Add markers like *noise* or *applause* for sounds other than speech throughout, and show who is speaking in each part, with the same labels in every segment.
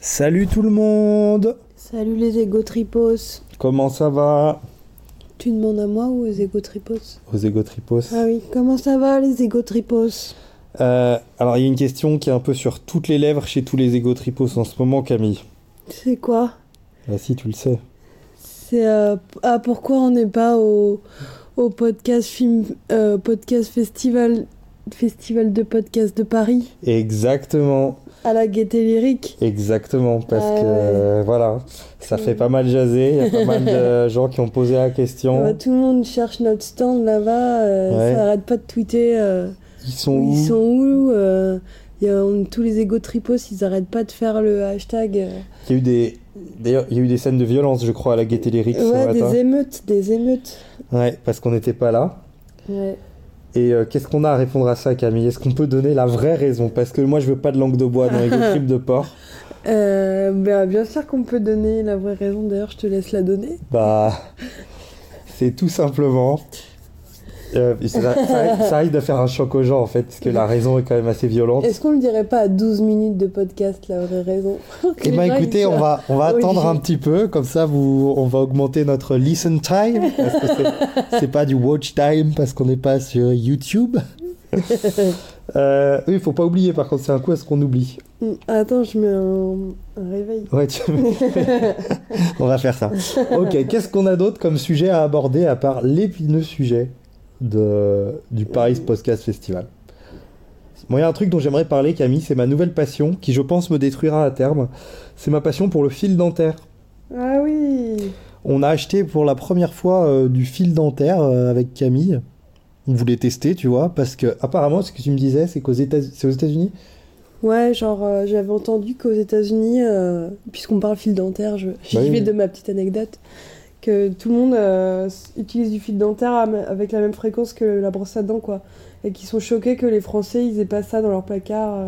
Speaker 1: Salut tout le monde
Speaker 2: Salut les égotripos.
Speaker 1: Comment ça va
Speaker 2: Tu demandes à moi ou aux égotripos
Speaker 1: Aux égotripos
Speaker 2: Ah oui, comment ça va les égotripos
Speaker 1: Euh, Alors il y a une question qui est un peu sur toutes les lèvres chez tous les égotripos en ce moment Camille.
Speaker 2: C'est quoi
Speaker 1: Bah si tu le sais.
Speaker 2: C'est euh, p- ah pourquoi on n'est pas au, au podcast film euh, podcast festival festival de podcast de Paris
Speaker 1: Exactement,
Speaker 2: à la Gaieté Lyrique
Speaker 1: exactement, parce
Speaker 2: Ah
Speaker 1: que
Speaker 2: ouais.
Speaker 1: euh, voilà, ça fait pas mal jaser, il y a pas mal
Speaker 2: *laughs*
Speaker 1: de gens qui ont posé la question.
Speaker 2: Bah, tout le monde cherche notre stand là-bas, euh,
Speaker 1: Ouais.
Speaker 2: ça arrête pas de tweeter euh,
Speaker 1: Ils sont
Speaker 2: où
Speaker 1: où
Speaker 2: ils sont où euh, y a- on- tous les égotripos ils arrêtent pas de faire le hashtag euh,
Speaker 1: Il y a eu des... D'ailleurs, il y a eu des scènes de violence, je crois, à la Gaieté Lyrique ce
Speaker 2: ouais,
Speaker 1: matin.
Speaker 2: des émeutes des émeutes
Speaker 1: Ouais, parce qu'on n'était pas là.
Speaker 2: ouais.
Speaker 1: Et euh, qu'est-ce qu'on a à répondre à ça, Camille Est-ce qu'on peut donner la vraie raison Parce que moi, je veux pas de langue de bois dans
Speaker 2: *laughs*
Speaker 1: les tripes de porc.
Speaker 2: Euh, bah, bien sûr qu'on peut donner la vraie raison, d'ailleurs je te laisse la donner.
Speaker 1: Bah, c'est tout simplement. euh, ça, ça- ça arrive de faire un choc aux gens, en fait, parce que la raison est quand même assez violente.
Speaker 2: Est-ce qu'on le dirait pas à 12 minutes de podcast la vraie raison
Speaker 1: *laughs* Eh ben, écoutez, on va, on va
Speaker 2: Obligé.
Speaker 1: attendre un petit peu, comme ça, vous, on va augmenter notre listen time. Parce que c'est- c'est pas du watch time, parce qu'on n'est pas sur YouTube. Euh, oui, faut pas oublier, par contre, c'est un coup à ce qu'on oublie.
Speaker 2: Hmm, Attends, je mets un, un réveil.
Speaker 1: Ouais, tu- *laughs* on va faire ça. Ok, qu'est-ce qu'on a d'autre comme sujet à aborder à part l'épineux sujet de... du Paris Podcast Festival Moi, il y a un truc dont j'aimerais parler, Camille, c'est ma nouvelle passion qui, je pense, me détruira à terme. C'est ma passion pour le fil dentaire.
Speaker 2: Ah oui
Speaker 1: On a acheté pour la première fois euh, du fil dentaire euh, avec Camille. On voulait tester, tu vois, parce que apparemment, ce que tu me disais, c'est qu'aux États- c'est aux États-Unis
Speaker 2: Ouais, genre euh, j'avais entendu qu'aux États-Unis, euh, puisqu'on parle fil dentaire, je j'y
Speaker 1: Bah oui.
Speaker 2: vais de ma petite anecdote, que tout le monde euh, s- utilise du fil dentaire am- avec la même fréquence que la brosse à dents, quoi. Et qu'ils sont choqués que les Français ils aient pas ça dans leur placard. euh.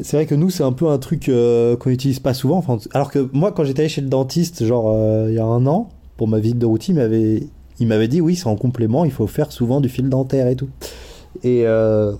Speaker 1: C'est vrai que nous, c'est un peu un truc euh, qu'on n'utilise pas souvent. Enfin, alors que moi, quand j'étais allé chez le dentiste, genre euh, il y a un an, pour ma visite de routine, il m'avait, il m'avait dit oui, c'est en complément, il faut faire souvent du fil dentaire et tout. Et euh,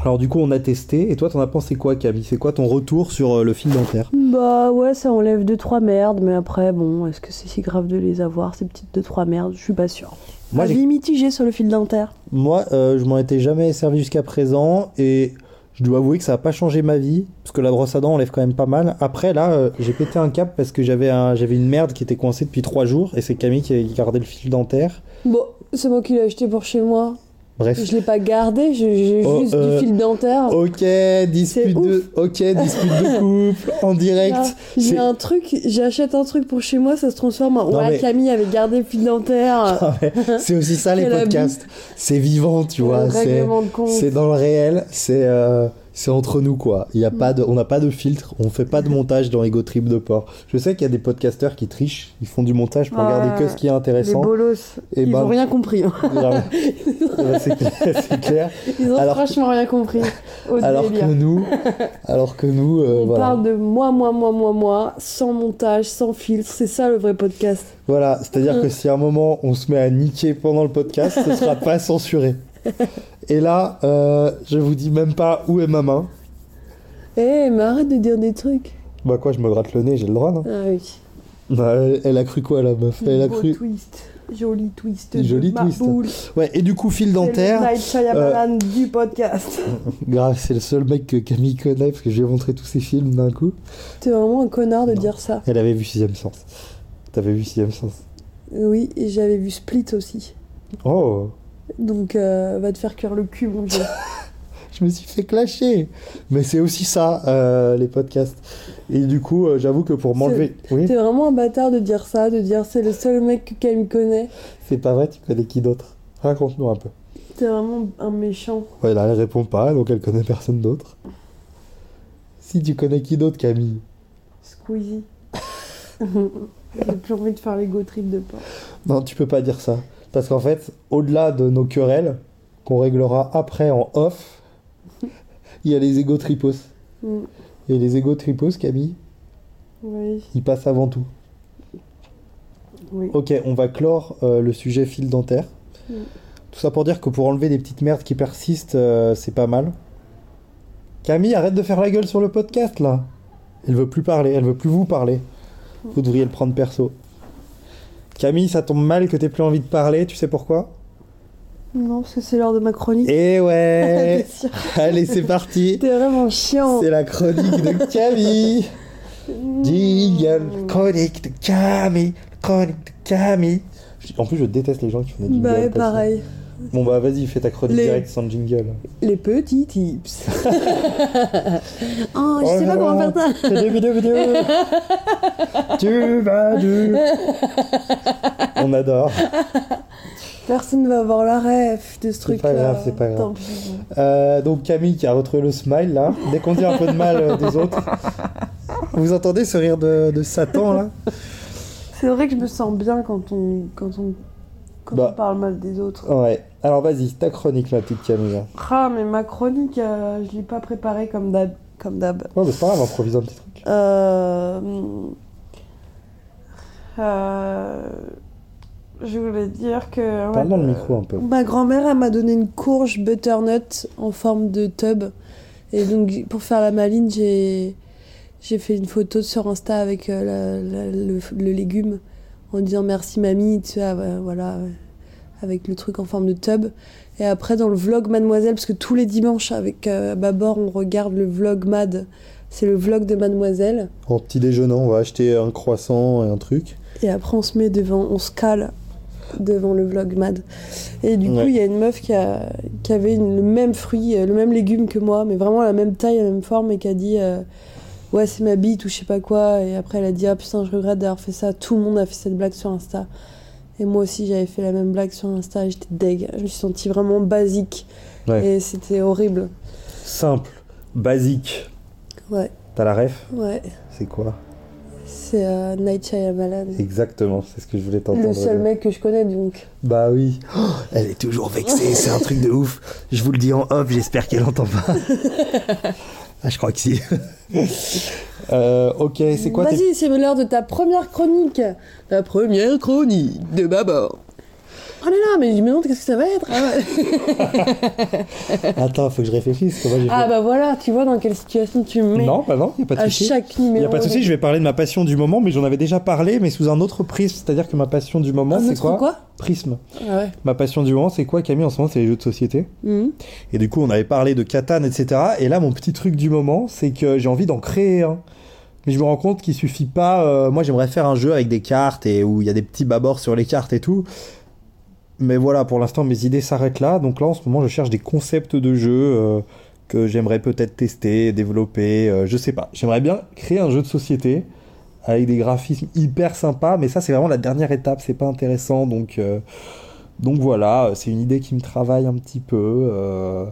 Speaker 1: alors, du coup, on a testé. Et toi, t'en as pensé quoi, Camille C'est quoi ton retour sur euh, le fil dentaire
Speaker 2: Bah ouais, ça enlève deux trois merdes, mais après bon, est-ce que c'est si grave de les avoir ces petites deux trois merdes Je suis pas sûre.
Speaker 1: Moi, j'ai-
Speaker 2: Avis mitigé sur le fil dentaire.
Speaker 1: Moi, euh, je m'en étais jamais servi jusqu'à présent et je dois avouer que ça n'a pas changé ma vie parce que la brosse à dents, on lève quand même pas mal. Après, là, euh, j'ai pété un cap parce que j'avais un, j'avais une merde qui était coincée depuis trois jours et c'est Camille qui a gardé le fil dentaire.
Speaker 2: Bon, c'est moi qui l'ai acheté pour chez moi.
Speaker 1: Bref.
Speaker 2: Je l'ai pas gardé, je- j'ai
Speaker 1: Oh,
Speaker 2: juste
Speaker 1: euh,
Speaker 2: du fil dentaire.
Speaker 1: Ok, dispute
Speaker 2: ouf.
Speaker 1: de, ok, dispute de couple en
Speaker 2: *laughs* Ah,
Speaker 1: direct. c'est-
Speaker 2: J'ai un truc, j'achète un truc pour chez moi, ça se transforme en
Speaker 1: Non,
Speaker 2: ouais,
Speaker 1: mais-
Speaker 2: Camille avait gardé le fil dentaire.
Speaker 1: Ah ouais, c'est aussi ça les
Speaker 2: Quel abus.
Speaker 1: podcasts. C'est vivant, tu
Speaker 2: Le
Speaker 1: vois. C'est,
Speaker 2: règlement de compte.
Speaker 1: c'est dans le réel. C'est, euh, c'est entre nous quoi. Il y a pas de, on n'a pas de filtre. On fait pas de montage dans Ego Trip de Port. Je sais qu'il y a des podcasteurs qui trichent. Ils font du montage pour
Speaker 2: Ah,
Speaker 1: garder que ce qui est
Speaker 2: Les
Speaker 1: intéressant.
Speaker 2: bolos,
Speaker 1: Et
Speaker 2: ils
Speaker 1: ben-
Speaker 2: ont rien compris. *laughs*
Speaker 1: Grave. Ouais, c'est clair. c'est clair.
Speaker 2: Ils ont
Speaker 1: Alors-
Speaker 2: franchement rien compris au
Speaker 1: Alors
Speaker 2: délire.
Speaker 1: que nous, alors que nous, euh,
Speaker 2: On
Speaker 1: voilà.
Speaker 2: parle de moi, moi, moi, moi, moi, sans montage, sans filtre. C'est ça le vrai podcast.
Speaker 1: Voilà, c'est-à-dire que si à un moment on se met à niquer pendant le podcast, ce sera pas censuré. Et là, euh, je vous dis même pas où est ma main.
Speaker 2: Eh, mais arrête de dire des trucs.
Speaker 1: Bah quoi, je me gratte le nez, j'ai le droit, non
Speaker 2: Ah oui.
Speaker 1: Bah, elle, elle a cru quoi, la meuf Elle a
Speaker 2: Beau
Speaker 1: cru.
Speaker 2: twist. Joli twist. de
Speaker 1: Joli twist.
Speaker 2: Maboul.
Speaker 1: Ouais, et du coup, fil
Speaker 2: C'est
Speaker 1: dentaire. Euh.
Speaker 2: le Night Shyamalan du podcast.
Speaker 1: *laughs* Grave, c'est le seul mec que Camille connaît parce que j'ai montré tous ses films d'un coup.
Speaker 2: T'es vraiment un connard de dire ça.
Speaker 1: Elle avait vu Sixième Sens. T'avais vu Sixième Sens.
Speaker 2: Oui, et j'avais vu Split aussi.
Speaker 1: Oh
Speaker 2: Donc, euh, va te faire cuire le cul, mon
Speaker 1: *laughs*
Speaker 2: dieu.
Speaker 1: Je me suis fait clasher Mais c'est aussi ça, euh, les podcasts. Et du coup, euh, j'avoue que pour m'enlever. Oui,
Speaker 2: T'es vraiment un bâtard de dire ça, de dire c'est le seul mec que Cam connaît.
Speaker 1: c'est pas vrai, tu connais qui d'autre Raconte-nous un peu.
Speaker 2: T'es vraiment un méchant.
Speaker 1: Ouais, là, elle répond pas, donc elle connaît personne d'autre. Si tu connais qui d'autre, Camille *laughs*
Speaker 2: Squeezie. *laughs* J'ai plus envie de faire l'ego trip de porc.
Speaker 1: Non, tu peux pas dire ça. Parce qu'en fait, au-delà de nos querelles, qu'on réglera après en off, *laughs* il y a les égotripos.
Speaker 2: Mm.
Speaker 1: Et les égotripos, Camille,
Speaker 2: Oui,
Speaker 1: ils passent avant tout.
Speaker 2: oui.
Speaker 1: Ok, on va clore euh, le sujet fil dentaire.
Speaker 2: Mm.
Speaker 1: Tout ça pour dire que pour enlever des petites merdes qui persistent, euh, c'est pas mal. Camille, arrête de faire la gueule sur le podcast, là Elle veut plus parler, elle veut plus vous parler.
Speaker 2: Mm.
Speaker 1: Vous devriez le prendre perso. Camille, ça tombe mal que t'aies plus envie de parler, tu sais pourquoi
Speaker 2: Non, parce que c'est l'heure de ma chronique.
Speaker 1: Eh ouais
Speaker 2: *laughs* T'es sûr
Speaker 1: Allez, c'est parti
Speaker 2: T'es vraiment chiant.
Speaker 1: C'est la chronique de Camille Jingle, chronique de Camille Chronique de Camille Je- En plus, je déteste les gens qui font des jingles.
Speaker 2: Bah ouais,
Speaker 1: comme ça.
Speaker 2: pareil.
Speaker 1: Bon bah vas-y, fais ta chronique
Speaker 2: Les-
Speaker 1: direct sans jingle.
Speaker 2: Les petits *laughs* tips. oh,
Speaker 1: Oh
Speaker 2: je sais
Speaker 1: là
Speaker 2: pas comment
Speaker 1: là.
Speaker 2: faire
Speaker 1: *laughs*
Speaker 2: ça.
Speaker 1: Fais des vidéos, vidéos. *laughs* Tu vas du... On adore.
Speaker 2: Personne va avoir la ref de ce
Speaker 1: C'est
Speaker 2: truc.
Speaker 1: pas grave, c'est pas grave.
Speaker 2: Tant pis.
Speaker 1: Euh, donc Camille qui a retrouvé le smile là. Dès qu'on dit un peu de mal euh, des autres. Vous entendez ce rire de, de Satan là
Speaker 2: C'est vrai que je me sens bien quand on, quand on, quand
Speaker 1: Bah.
Speaker 2: on parle mal des autres.
Speaker 1: Ouais. Alors vas-y, ta chronique ma petite Camille.
Speaker 2: Ah, mais ma chronique, euh, je l'ai pas préparée comme d'hab. Comme d'hab.
Speaker 1: Ouais, mais c'est pas grave, improvise un petit truc.
Speaker 2: Euh, hum, euh, je voulais dire que.
Speaker 1: Parle dans le
Speaker 2: ouais,
Speaker 1: micro un peu.
Speaker 2: Ma grand-mère, elle m'a donné une courge butternut en forme de tub. Et donc, pour faire la maline, j'ai, j'ai fait une photo sur Insta avec euh, la- la- le, le légume en disant merci mamie, tu vois, ouais, voilà, ouais, avec le truc en forme de tub. Et après, dans le vlog Mademoiselle, parce que tous les dimanches, avec euh, Babor, on regarde le vlog Mad. C'est le vlog de Mademoiselle.
Speaker 1: En petit déjeuner, on va acheter un croissant et un truc.
Speaker 2: Et après, on se met devant, on se cale devant le vlog Mad. Et du
Speaker 1: Ouais.
Speaker 2: coup, il y a une meuf qui, a, qui avait une- le même fruit, euh, le même légume que moi, mais vraiment la même taille, la même forme, et qui a dit euh, Ouais, c'est ma bite ou je sais pas quoi. Et après, elle a dit Ah putain, je regrette d'avoir fait ça. Tout le monde a fait cette blague sur Insta. Et moi aussi, j'avais fait la même blague sur Insta. et J'étais deg. Je me suis sentie vraiment basique.
Speaker 1: Ouais.
Speaker 2: Et c'était horrible.
Speaker 1: Simple, basique.
Speaker 2: Ouais,
Speaker 1: T'as la ref
Speaker 2: ouais.
Speaker 1: C'est quoi
Speaker 2: C'est euh, Night Shyamalan.
Speaker 1: Exactement, c'est ce que je voulais t'entendre.
Speaker 2: Le seul mec que je connais, donc.
Speaker 1: Bah oui. elle est toujours vexée, c'est un truc de ouf. Je vous le dis en off, j'espère qu'elle entend
Speaker 2: *laughs*
Speaker 1: pas. ah, je crois que si. *laughs* Euh, ok, c'est quoi tes...
Speaker 2: Vas-y, c'est l'heure de ta première chronique. La première chronique de Babor. Oh là là, mais je me demande qu'est-ce que ça va être. Ah,
Speaker 1: *laughs*
Speaker 2: ouais.
Speaker 1: Attends, faut que je réfléchisse. Comment j'ai
Speaker 2: Ah
Speaker 1: fait
Speaker 2: bah voilà, tu vois dans quelle situation tu me mets
Speaker 1: Non, bah non, y a pas de
Speaker 2: à
Speaker 1: souci.
Speaker 2: chaque
Speaker 1: Y
Speaker 2: numéro.
Speaker 1: a pas de souci, je vais parler de ma passion du moment, mais j'en avais déjà parlé, mais sous un autre prisme. C'est-à-dire que ma passion du moment,
Speaker 2: Un
Speaker 1: c'est
Speaker 2: autre quoi,
Speaker 1: quoi, Prisme.
Speaker 2: Ah ouais.
Speaker 1: Ma passion du moment, c'est quoi, Camille En ce moment, c'est les jeux de société.
Speaker 2: Mhm.
Speaker 1: Et du coup, on avait parlé de Catan, etc. Et là, mon petit truc du moment, c'est que j'ai envie d'en créer un. Mais je me rends compte qu'il suffit pas. euh, moi, j'aimerais faire un jeu avec des cartes et où il y a des petits babords sur les cartes et tout. Mais voilà, pour l'instant, mes idées s'arrêtent là. Donc là, en ce moment, je cherche des concepts de jeux euh, que j'aimerais peut-être tester, développer. euh, je sais pas. J'aimerais bien créer un jeu de société avec des graphismes hyper sympas. Mais ça, c'est vraiment la dernière étape. C'est pas intéressant. Donc. euh, donc voilà, euh, c'est une idée qui me travaille un petit peu. euh.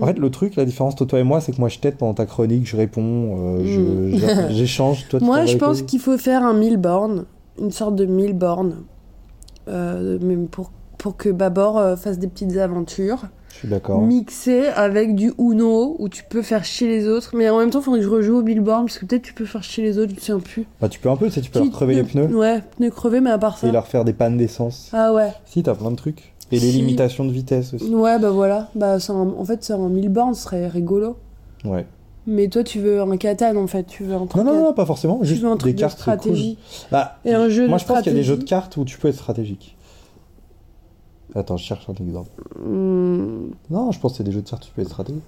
Speaker 1: En
Speaker 2: Mm.
Speaker 1: fait, le truc, la différence entre toi et moi, c'est que moi je t'aide pendant ta chronique, je réponds, euh, je- je-
Speaker 2: *laughs*
Speaker 1: j'échange. Toi, tu
Speaker 2: Hmm. Moi, je
Speaker 1: travailles
Speaker 2: pense
Speaker 1: quoi
Speaker 2: qu'il faut faire un mille bornes, une sorte de mille bornes, euh, même pour pour que Babor euh, fasse des petites aventures.
Speaker 1: Je suis d'accord.
Speaker 2: mixé avec du Uno où tu peux faire chier les autres, mais en même temps, il faudrait que je rejoue au Billboard parce que peut-être tu peux faire chier les autres, je me souviens plus.
Speaker 1: Bah, tu peux un peu, tu sais, tu peux
Speaker 2: Qui-
Speaker 1: leur crever les
Speaker 2: *laughs*
Speaker 1: pneus
Speaker 2: Ouais, pneus crevés, mais à part ça.
Speaker 1: et leur faire des pannes d'essence.
Speaker 2: Ah ouais,
Speaker 1: Si, t'as plein de trucs. Et les
Speaker 2: Si.
Speaker 1: limitations de vitesse aussi.
Speaker 2: ouais, bah voilà. Bah, ça, en en fait, ça en 1000 bornes ce serait rigolo.
Speaker 1: Ouais.
Speaker 2: Mais toi, tu veux un katane en fait, tu veux un
Speaker 1: Non,
Speaker 2: truc.
Speaker 1: non, non, pas forcément,
Speaker 2: tu
Speaker 1: juste
Speaker 2: veux un
Speaker 1: des
Speaker 2: truc de
Speaker 1: cartes cool.
Speaker 2: stratégie.
Speaker 1: Bah,
Speaker 2: Et un jeu
Speaker 1: moi,
Speaker 2: de
Speaker 1: je pense qu'il y a des jeux de
Speaker 2: stratégie.
Speaker 1: cartes où tu peux être stratégique. Attends, je cherche un exemple.
Speaker 2: Hmm.
Speaker 1: Non, je pense que c'est des jeux de cartes, tu peux être stratégique.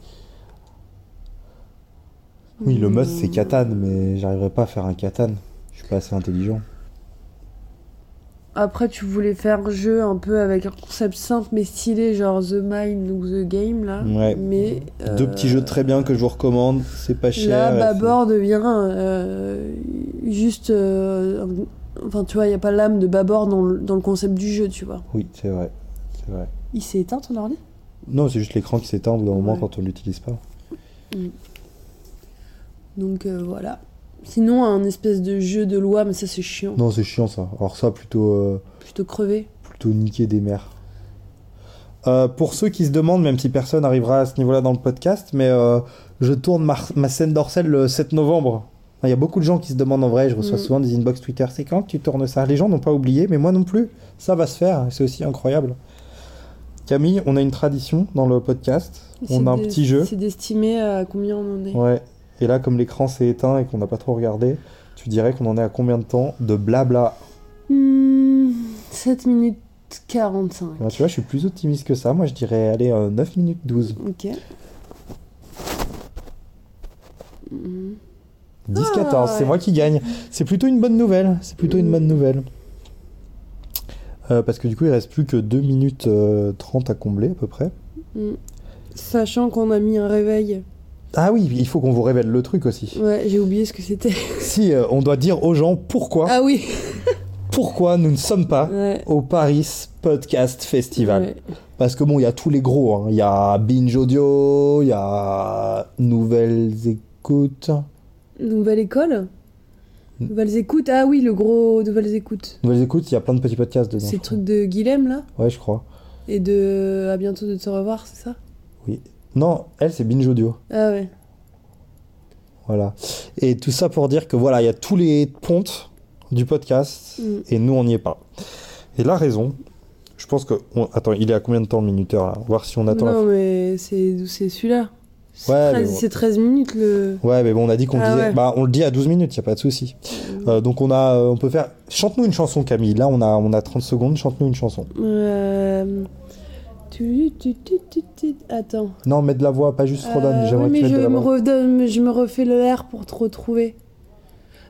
Speaker 1: Oui, le must
Speaker 2: Hmm.
Speaker 1: c'est Catan, mais j'arriverai pas à faire un Catan. Je suis pas assez intelligent.
Speaker 2: Après, tu voulais faire un jeu un peu avec un concept simple mais stylé, genre The Mind ou The Game là.
Speaker 1: Ouais.
Speaker 2: Mais.
Speaker 1: Deux
Speaker 2: euh,
Speaker 1: petits jeux très bien que je vous recommande, c'est pas
Speaker 2: Là,
Speaker 1: cher.
Speaker 2: Babor devient euh, juste. euh, enfin, tu vois, il n'y a pas l'âme de Babor dans le, dans le concept du jeu, tu vois.
Speaker 1: Oui, c'est vrai. C'est vrai.
Speaker 2: Il s'est éteint ton ordi
Speaker 1: Non, c'est juste l'écran qui s'éteint au bout d'un moment
Speaker 2: Ouais.
Speaker 1: quand on l'utilise pas.
Speaker 2: Donc euh, voilà. Sinon, un espèce de jeu de loi, mais ça c'est chiant.
Speaker 1: Non, c'est chiant ça. Alors ça, plutôt, euh,
Speaker 2: Plutôt crevé.
Speaker 1: plutôt niquer des mères. Euh, pour ceux qui se demandent, même si personne arrivera à ce niveau-là dans le podcast, mais euh, je tourne ma, ma scène d'Orcel le 7 novembre. Il y a beaucoup de gens qui se demandent en vrai, je reçois
Speaker 2: Mm.
Speaker 1: souvent des inbox Twitter, c'est quand que tu tournes ça Les gens n'ont pas oublié, mais moi non plus. Ça va se faire, c'est aussi incroyable. Camille, on a une tradition dans le podcast,
Speaker 2: C'est
Speaker 1: on a un
Speaker 2: des-
Speaker 1: petit jeu.
Speaker 2: C'est d'estimer à combien on en est.
Speaker 1: Ouais. Et Et là, comme l'écran s'est éteint et qu'on n'a pas trop regardé, tu dirais qu'on en est à combien de temps de blabla
Speaker 2: Hmm, 7 minutes 45.
Speaker 1: Ah, Tu vois, je suis plus optimiste que ça. Moi, je dirais, allez, euh, 9 minutes 12.
Speaker 2: Ok. Hmm.
Speaker 1: 10-14,
Speaker 2: Ah,
Speaker 1: c'est
Speaker 2: ouais.
Speaker 1: moi qui gagne. C'est plutôt une bonne nouvelle. C'est plutôt une
Speaker 2: Mm.
Speaker 1: bonne nouvelle. Euh, parce que du coup, il reste plus que 2 minutes euh, 30 à combler à peu près.
Speaker 2: Sachant qu'on a mis un réveil.
Speaker 1: Ah oui, il faut qu'on vous révèle le truc aussi.
Speaker 2: Ouais, j'ai oublié ce que c'était.
Speaker 1: Si euh, on doit dire aux gens pourquoi,
Speaker 2: Ah oui
Speaker 1: pourquoi nous ne sommes pas
Speaker 2: Ouais.
Speaker 1: au Paris Podcast Festival.
Speaker 2: Ouais.
Speaker 1: Parce que bon, il y a tous les gros. hein. Il y a Binge Audio, il y a Nouvelles Écoutes.
Speaker 2: Nouvelle école
Speaker 1: Hmm.
Speaker 2: Nouvelles écoutes Ah oui, le gros Nouvelles écoutes.
Speaker 1: Nouvelles Écoutes, il y a plein de petits podcasts dedans.
Speaker 2: C'est
Speaker 1: je
Speaker 2: le truc de Guilhem là
Speaker 1: crois. Ouais, je crois.
Speaker 2: Et de à bientôt de te revoir, c'est ça
Speaker 1: Non, elle, c'est Binge Audio.
Speaker 2: Ah ouais.
Speaker 1: Voilà. Et tout ça pour dire que voilà, il y a tous les pontes du podcast
Speaker 2: Mm.
Speaker 1: et nous, on n'y est pas. Et la raison, je pense que. on- Attends, il est à combien de temps le minuteur là On va voir si on attend la
Speaker 2: non, mais c'est c'est celui-là. C'est
Speaker 1: Ouais, mais
Speaker 2: 13,
Speaker 1: bon.
Speaker 2: c'est 13 minutes le.
Speaker 1: Ouais, mais bon, on a dit qu'on le
Speaker 2: Ah
Speaker 1: disait.
Speaker 2: ouais. Mm.
Speaker 1: Bah, on le dit à 12 minutes, il n'y a pas de souci. Euh, donc, on, a, euh, on peut faire. Chante-nous une chanson, Camille. Là, on a, on a 30 secondes. Chante-nous une chanson.
Speaker 2: Euh, tu- tu- tu- tu- tu- Attends.
Speaker 1: Non, mets de la voix, pas juste Rodan.
Speaker 2: Euh,
Speaker 1: J'aimerais
Speaker 2: oui,
Speaker 1: que tu
Speaker 2: mais
Speaker 1: mettes
Speaker 2: je
Speaker 1: de la
Speaker 2: me,
Speaker 1: voix.
Speaker 2: redonne, je me refais le R pour te retrouver.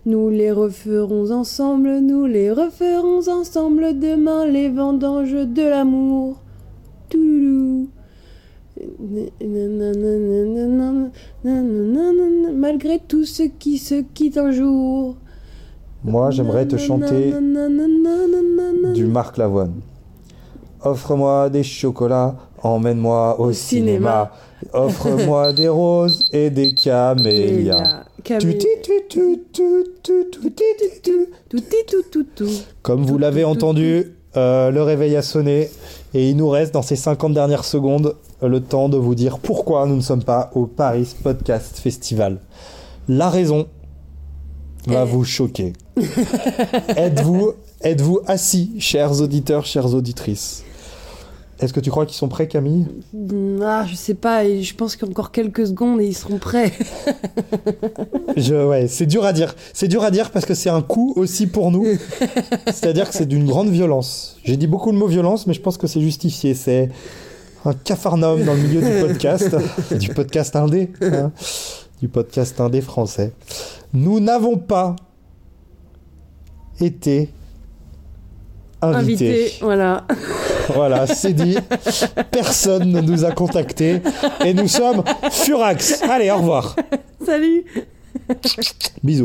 Speaker 2: Nous les referons ensemble, nous les referons ensemble demain, les vendanges de l'amour. Touloulou. Nanananananana, nanananana, Malgré tout ce qui se quitte un jour.
Speaker 1: Moi, j'aimerais te chanter
Speaker 2: Nanananananana.
Speaker 1: du Marc Lavoine. Offre-moi des chocolats, emmène-moi au
Speaker 2: Au
Speaker 1: cinéma.
Speaker 2: cinéma.
Speaker 1: Offre-moi des roses et des camélias. Tu,
Speaker 2: Camille.
Speaker 1: tu, tu, tu, tu, tu, tu, tu, tu.
Speaker 2: Tout, tout, tout, tout.
Speaker 1: Comme vous l'avez entendu, euh, le réveil a sonné et il nous reste dans ces 50 dernières secondes euh, le temps de vous dire pourquoi nous ne sommes pas au Paris Podcast Festival. La raison va
Speaker 2: Eh.
Speaker 1: vous choquer.
Speaker 2: *laughs*
Speaker 1: êtes-vous êtes-vous assis, chers auditeurs, chères auditrices Est-ce que tu crois qu'ils sont prêts, Camille
Speaker 2: Mm, Ah, je sais pas, et je pense qu'encore quelques secondes et ils seront prêts.
Speaker 1: Je, ouais, c'est dur à dire. C'est dur à dire parce que c'est un coup aussi pour nous. C'est-à-dire que c'est d'une grande violence. J'ai dit beaucoup le mot violence, mais je pense que c'est justifié. C'est un cafarnaum dans le milieu du podcast, du podcast indé, hein, du podcast indé français. Nous n'avons pas été
Speaker 2: Invités,
Speaker 1: invités.
Speaker 2: voilà.
Speaker 1: Voilà, c'est dit. Personne ne nous a contactés et nous sommes furax. Allez, au revoir.
Speaker 2: Salut
Speaker 1: Bisous.